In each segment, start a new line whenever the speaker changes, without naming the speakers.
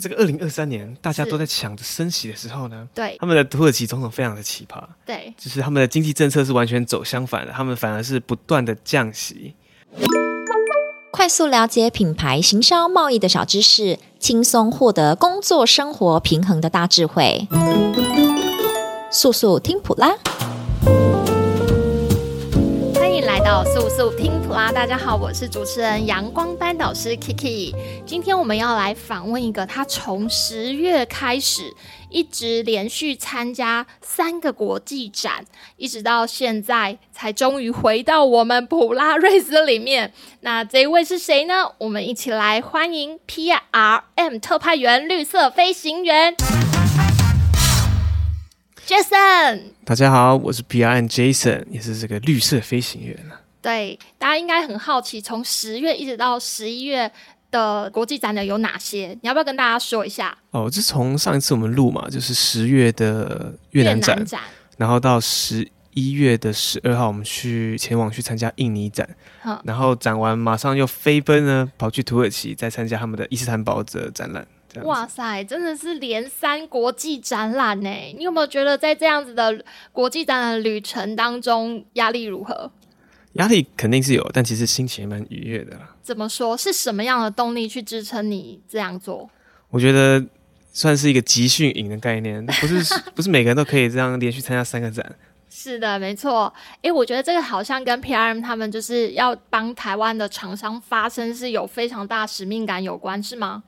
这个二零二三年大家都在抢着升息的时候呢，
对
他们的土耳其总统非常的奇葩，
对，
就是他们的经济政策是完全走相反的，他们反而是不断的降息。
快速了解品牌行销贸易的小知识，轻松获得工作生活平衡的大智慧。速速听普拉，
欢迎来到速速听普拉，大家好，我是主持人阳光班导师 Kiki。今天我们要来访问一个，他从十月开始一直连续参加三个国际展，一直到现在才终于回到我们普拉瑞斯里面。那这一位是谁呢？我们一起来欢迎 PRM 特派员绿色飞行员 Jason。
大家好，我是 P R N Jason，也是这个绿色飞行员。啊
对，大家应该很好奇，从十月一直到十一月的国际展览有哪些？你要不要跟大家说一下？
哦，这从上一次我们录嘛，就是十月的越南展，然后到十一月的十二号，我们去前往去参加印尼展，
好
然后展完马上又飞奔呢，跑去土耳其，再参加他们的伊斯坦堡的展览。这样子
哇塞，真的是连三国际展览呢！你有没有觉得在这样子的国际展览旅程当中，压力如何？
压力肯定是有，但其实心情也蛮愉悦的啦。
怎么说？是什么样的动力去支撑你这样做？
我觉得算是一个集训营的概念，不 是不是每个人都可以这样连续参加三个展。
是的，没错。诶，我觉得这个好像跟 PRM 他们就是要帮台湾的厂商发声是有非常大使命感有关，是吗？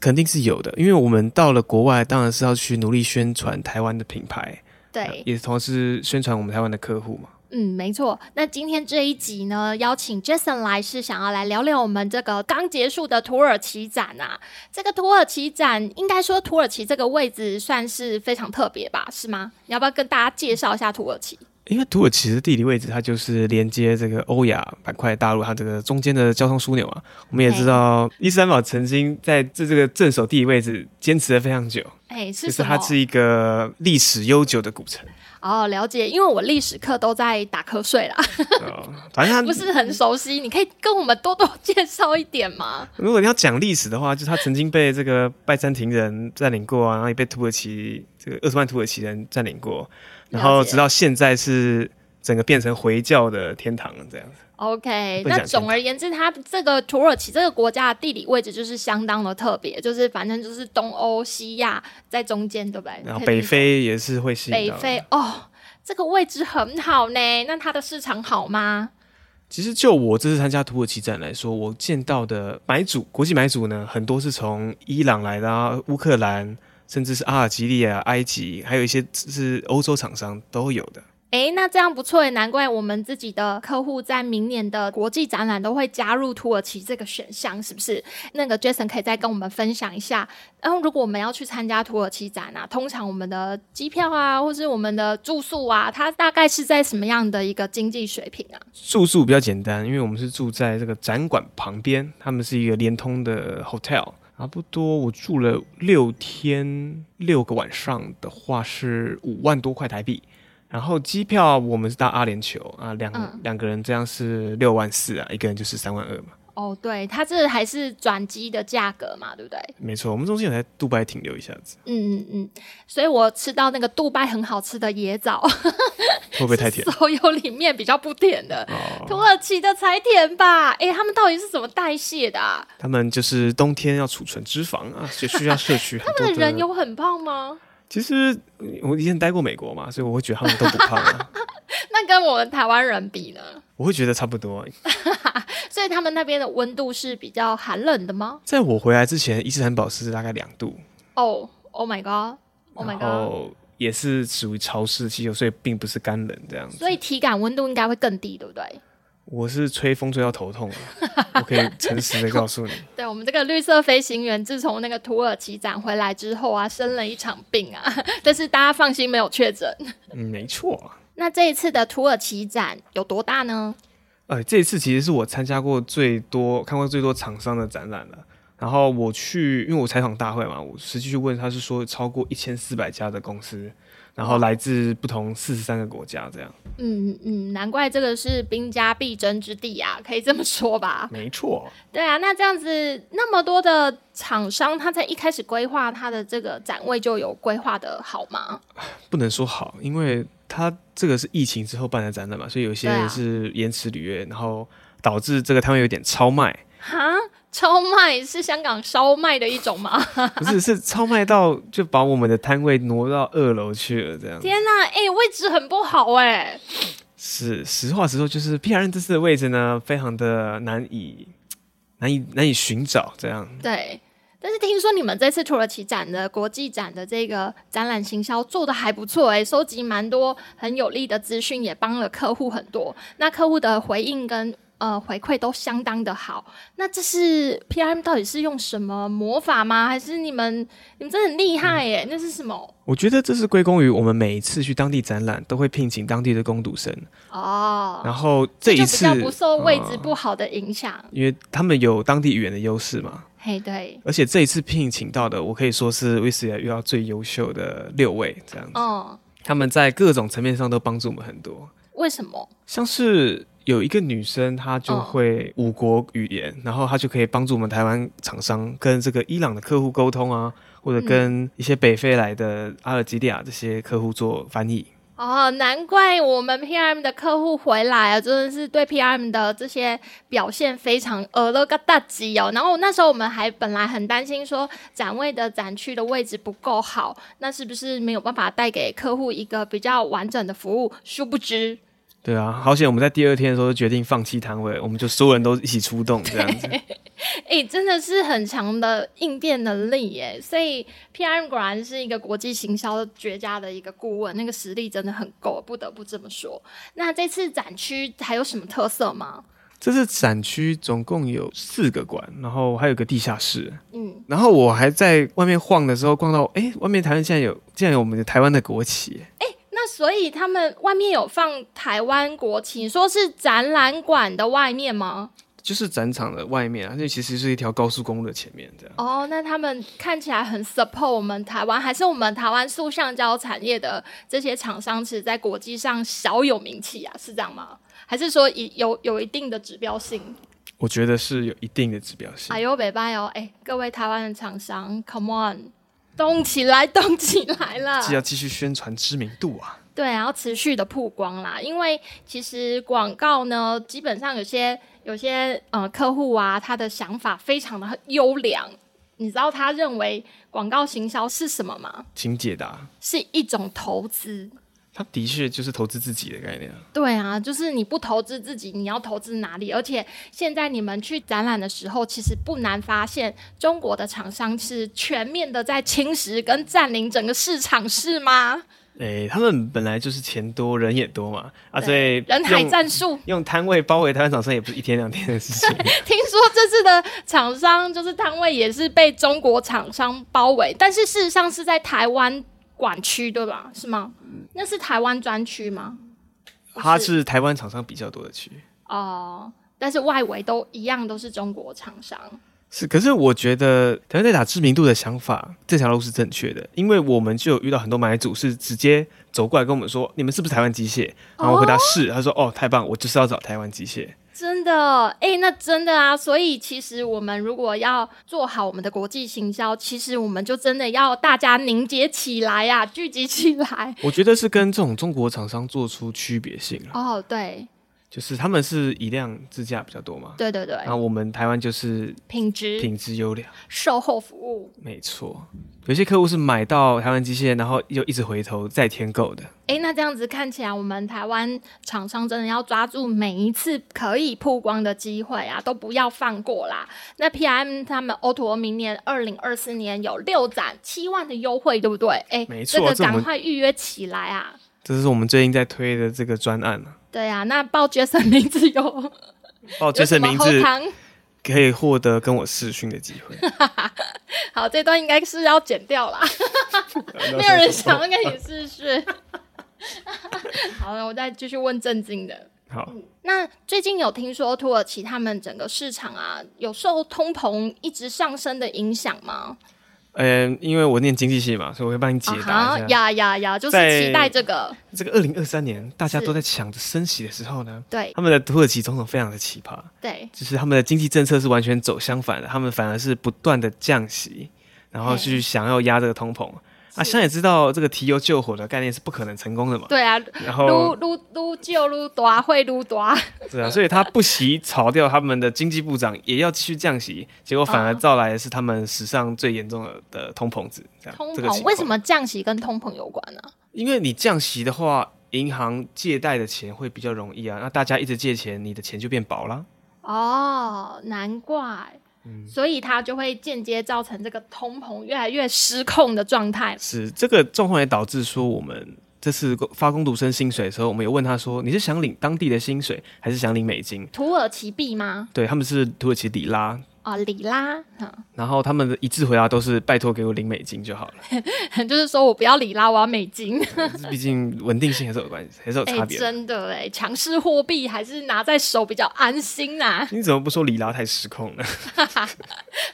肯定是有的，因为我们到了国外，当然是要去努力宣传台湾的品牌，
对，
也同时宣传我们台湾的客户嘛。
嗯，没错。那今天这一集呢，邀请 Jason 来是想要来聊聊我们这个刚结束的土耳其展啊。这个土耳其展，应该说土耳其这个位置算是非常特别吧，是吗？你要不要跟大家介绍一下土耳其？
因为土耳其的地理位置，它就是连接这个欧亚板块大陆，它这个中间的交通枢纽啊。我们也知道，伊斯坦堡曾经在这这个镇守地理位置坚持了非常久，
哎，是
就是
什么？
它是一个历史悠久的古城。
哦，了解，因为我历史课都在打瞌 睡啦，
哦反正
不
它，
是很熟悉。你可以跟我们多多介绍一点吗？
如果你要讲历史的话，就是它曾经被这个拜占庭人占领过啊，然后也被土耳其这个鄂斯曼土耳其人占领过，然后
了解
直到现在是整个变成回教的天堂这样。
OK，
不
那
想听
总而言之，它这个土耳其这个国家的地理位置就是相当的特别，就是反正就是东欧、西亚在中间，对不对？
然后
可以
北
理解、
非也是会吸引
北
到的。
非哦，这个位置很好呢。那它的市场好吗？
其实就我这次参加土耳其展来说，我见到的买主国际买主呢，很多是从伊朗来的、啊、乌克兰，甚至是阿尔及利亚、埃及，还有一些是欧洲厂商都有的。
诶，那这样不错耶，难怪我们自己的客户在明年的国际展览都会加入土耳其这个选项，是不是？那个 Jason 可以再跟我们分享一下。然后，如果我们要去参加土耳其展啊，通常我们的机票啊，或是我们的住宿啊，它大概是在什么样的一个经济水平啊？
住宿比较简单，因为我们是住在这个展馆旁边，他们是一个连通的 hotel。差不多我住了六天六个晚上的话是五万多块台币，然后机票我们是到阿联酋啊，两、
嗯
两个人这样是六万四啊，一个人就是三万二嘛。
哦，对，它这还是转机的价格嘛，对不对？
没错，我们中间有在杜拜停留一下子，
嗯嗯嗯。所以我吃到那个杜拜很好吃的椰枣，
会不会太甜？
所有里面比较不甜的。
哦，
土耳其的才甜吧？哎、他们到底是怎么代谢的啊？
他们就是冬天要储存脂肪啊，所以需要摄取很
他
多
们的人
的。
有很胖吗？
其实我以前待过美国嘛，所以我会觉得他们都不胖啊，
那跟我们台湾人比呢？
我会觉得差不多。啊
所以他们那边的温度是比较寒冷的吗？
在我回来之前，伊斯坦堡是大概两度
哦、o h my god，Oh Oh
然
my god，
后也是属于潮湿气候，所以并不是干冷这样子。
所以体感温度应该会更低，对不对？
我是吹风吹到头痛了，我可以诚实的告诉 你，
对我们这个绿色飞行员，自从那个土耳其展回来之后啊，生了一场病啊， 但是大家放心，没有确诊。
嗯，没错。
那这一次的土耳其展有多大呢？
呃，这一次其实是我参加过最多、看过最多厂商的展览了。然后我去，因为我采访大会嘛，我实际去问他是说超过一千四百家的公司，然后来自不同四十三个国家，这样
嗯嗯，难怪这个是兵家必争之地啊，可以这么说吧？
没错。
对啊，那这样子那么多的厂商，他在一开始规划他的这个展位就有规划的好吗？
不能说好，因为它这个是疫情之后办的展览嘛，所以有些
对啊
人是延迟履约，然后导致这个摊位有点超卖，
哈，超卖是香港烧卖的一种吗？
不是是超卖到就把我们的摊位挪到二楼去了，这样
天呐、哎、位置很不好哎、
是实话实说，就是 PR 这次的位置呢，非常的难以难以难以寻找，这样
对，但是听说你们这次土耳其展的国际展的这个展览行销做的还不错哎、收集蛮多很有利的资讯，也帮了客户很多。那客户的回应跟呃回馈都相当的好。那这是 PRM 到底是用什么魔法吗？还是你们你们真的很
嗯
厉害耶、那是什么？
我觉得这是归功于我们每一次去当地展览都会聘请当地的工读生，
哦，
然后这一
就比
次
较不受位置
呃
不好的影响。
因为他们有当地语言的优势嘛，
嘿，对，
而且这一次聘请到的，我可以说是威斯也遇到最优秀的六位这样子，
哦，
他们在各种层面上都帮助我们很多，
为什么？
像是。有一个女生，她就会五国语言，然后她就可以帮助我们台湾厂商跟这个伊朗的客户沟通啊，或者跟一些北非来的阿尔及利亚这些客户做翻译。
哦，难怪我们 PRM 的客户回来啊，真的是对 PRM 的这些表现非常呃了个大吉哦。然后那时候我们还本来很担心说展位的展区的位置不够好，那是不是没有办法带给客户一个比较完整的服务？殊不知，
对啊，好险！我们在第二天的时候就决定放弃摊位，我们就所有人都一起出动这样子。
诶，真的是很强的应变能力耶！所以 PRM 果然是一个国际行销绝佳的一个顾问，那个实力真的很够，不得不这么说。那这次展区还有什么特色吗？
这次展区总共有四个馆，然后还有个地下室。
嗯，
然后我还在外面晃的时候，逛到哎，外面台湾竟然有竟然有我们的台湾的国旗，
那所以他们外面有放台湾国旗，你说是展览馆的外面吗？
就是展场的外面啊，那其实是一条高速公路的前面这样。
哦，那他们看起来很 support 我们台湾，还是我们台湾塑橡胶产业的这些厂商，其实在国际上小有名气啊，是这样吗？还是说以有有一定的指标性？
我觉得是有一定的指标性
哎。呦，北拜哦！哎，各位台湾的厂商，come on，动起来，动起来了！
既要继续宣传知名度啊，
对，然后持续的曝光啦，因为其实广告呢，基本上有些有些呃客户啊，他的想法非常的优良。你知道他认为广告行销是什么吗？
请解答。
是一种投资。
啊它的确就是投资自己的概念啊，
对啊，就是你不投资自己，你要投资哪里？而且现在你们去展览的时候，其实不难发现，中国的厂商是全面的在侵蚀跟占领整个市场，是吗？
哎，他们本来就是钱多人也多嘛，啊，所以
人海
用
战术。
用摊位包围台湾厂商也不是一天两天的事 情。
听说这次的厂商就是摊位也是被中国厂商包围，但是事实上是在台湾管区，对吧？是吗？那是台湾专区吗？
它是台湾厂商比较多的区域。
哦、但是外围都一样，都是中国厂商。
是，可是我觉得台湾在打知名度的想法这条路是正确的，因为我们就有遇到很多买主是直接走过来跟我们说：“你们是不是台湾机械？”然后我回答是，他说：“哦，太棒，我就是要找台湾机械。
真的，哎、那真的啊！所以其实我们如果要做好我们的国际行销，其实我们就真的要大家凝结起来呀、聚集起来。”
我觉得是跟这种中国厂商做出区别性了，
哦，对，
就是他们是以量制价比较多嘛，
对对对，
然后我们台湾就是
品质、
品质优良，
售后服务，
没错。有些客户是买到台湾机械，然后又一直回头再添购的。
诶，那这样子看起来，我们台湾厂商真的要抓住每一次可以曝光的机会啊，都不要放过啦。那 PRM 他们欧图明年二零二四年有六展七万的优惠，对不对？诶，
没
这
错
个
这我们
赶快预约起来啊！
这是我们最近在推的这个专案啊，
对啊，那报 Jason 名字有
报
有
这
什
些
么
名
后
字
堂？
可以获得跟我试训的机会。
好，这段应该是要剪掉啦，没有人想要跟你试试。 好了，我再继续问正经的。
好，
那最近有听说土耳其他们整个市场啊，有受通膨一直上升的影响吗？
嗯、因为我念经济系嘛，所以我会帮你解答
啊哈
一下。
呀呀呀，就是
在
期待这个，
这个二零二三年大家
是
都在抢着升息的时候呢，
对
他们的土耳其总统非常的奇葩，
对，
就是他们的经济政策是完全走相反的，他们反而是不断的降息，然后去想要压这个通膨。啊，
是
想也知道这个提油救火的概念是不可能成功的嘛。
对啊，
然
撸
后
撸撸就撸多，会撸多，
对啊，所以他不惜炒掉他们的经济部长，也要继续降息，结果反而
哦
造来的是他们史上最严重的的通膨值。这样
通
这个
膨
情况
为什么降息跟通膨有关啊呢？
因为你降息的话，银行借贷的钱会比较容易啊。那大家一直借钱，你的钱就变薄啦。
哦，难怪。嗯所以它就会间接造成这个通膨越来越失控的状态。
是这个状况也导致说，我们这次发工读生薪水的时候，我们有问他说，你是想领当地的薪水，还是想领美金？
土耳其币吗？
对，他们是土耳其里拉。
啊、里拉， 嗯
然后他们的一致回答都是拜托给我领美金就好了，
就是说我不要里拉，我要美金。
毕竟稳定性还是有关系，还是有
哎、
差别的。
真的哎，强势货币还是拿在手比较安心啊呐、
你怎么不说里拉太失控了？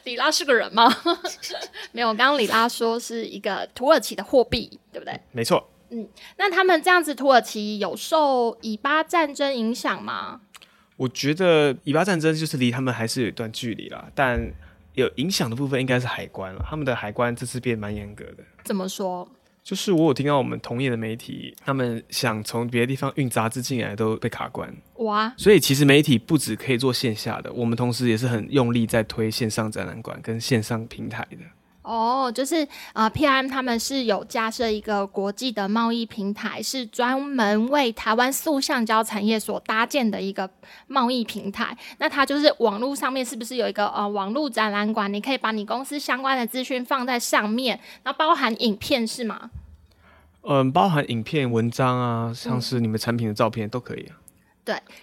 里拉是个人吗？ 没有，刚刚里拉说是一个土耳其的货币，对不对？
没错，
那他们这样子，土耳其有受以巴战争影响吗？
我觉得以巴战争就是离他们还是有一段距离啦，但有影响的部分应该是海关了。他们的海关这次变蛮严格的，
怎么说？
就是我有听到我们同业的媒体，他们想从别的地方运杂志进来都被卡关。
哇，
所以其实媒体不只可以做线下的，我们同时也是很用力在推线上展览馆跟线上平台的。
哦，就是啊、呃、，PM 他们是有架设一个国际的贸易平台，是专门为台湾塑橡胶产业所搭建的一个贸易平台。那它就是网络上面是不是有一个呃网络展览馆？你可以把你公司相关的资讯放在上面，那包含影片是吗？
嗯，包含影片、文章啊，像是你们产品的照片都可以啊。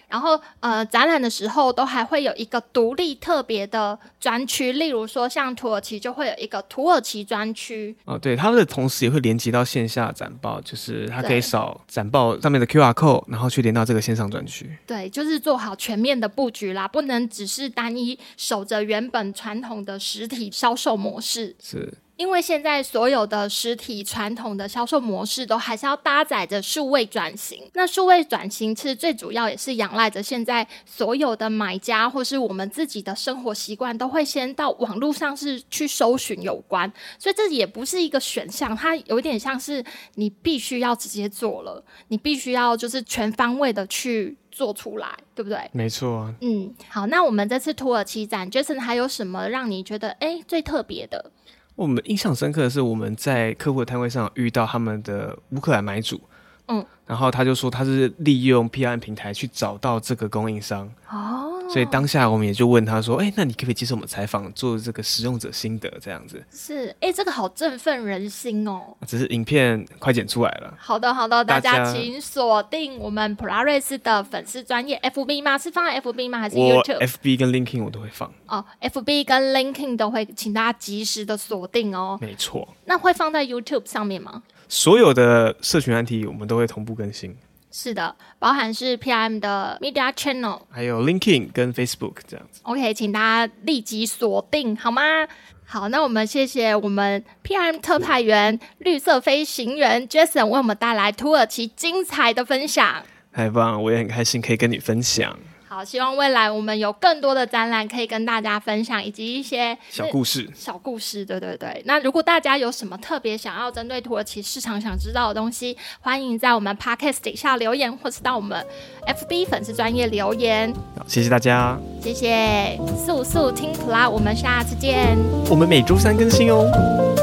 然后呃，展览的时候都还会有一个独立特别的专区，例如说像土耳其就会有一个土耳其专区。
哦，对，他们的同时也会连接到线下展报，就是它可
对
以扫展报上面的 QR code，然后去连到这个线上专区。
对，就是做好全面的布局啦，不能只是单一守着原本传统的实体销售模式，
是，
因为现在所有的实体传统的销售模式都还是要搭载着数位转型。那数位转型其实最主要也是仰赖着现在所有的买家或是我们自己的生活习惯，都会先到网络上是去搜寻有关，所以这也不是一个选项，它有一点像是你必须要直接做了，你必须要就是全方位的去做出来，对不对？
没错啊。
嗯，好，那我们这次土耳其展，Jason 还有什么让你觉得诶最特别的？
我们印象深刻的是，我们在客户的摊位上遇到他们的乌克兰买主，
嗯，
然后他就说他是利用 P R 平台去找到这个供应商，
哦，
所以当下我们也就问他说，哎、那你可不可以接受我们采访，做这个使用者心得这样子？
是，哎、这个好振奋人心哦。
只是影片快剪出来了。
好的，好的，大
大
家
家
请锁定我们普拉瑞斯的粉丝专业 FB 吗？是放在 FB 吗？还是
我
YouTube？
F B 跟 LinkedIn 我都会放，
哦，FB 跟 LinkedIn 都会，请大家及时的锁定哦。
没错，
那会放在 YouTube 上面吗？
所有的社群案题我们都会同步更新，
是的，包含是 PM 的 Media Channel。
还有 LinkedIn 跟 Facebook 这样子。
OK，请大家立即锁定好吗？好，那我们谢谢我们 PM 特派员绿色飞行员 Jason 为我们带来土耳其精彩的分享。
太棒了，我也很开心可以跟你分享
好，希望未来我们有更多的展览可以跟大家分享，以及一些
小故事。
小故事。对对对。那如果大家有什么特别想要针对土耳其市场想知道的东西，欢迎在我们 podcast 底下留言，或是到我们 FB 粉丝专业留言。
好谢谢大家，
谢谢速速听普拉，我们下次见。
我们每周三更新哦。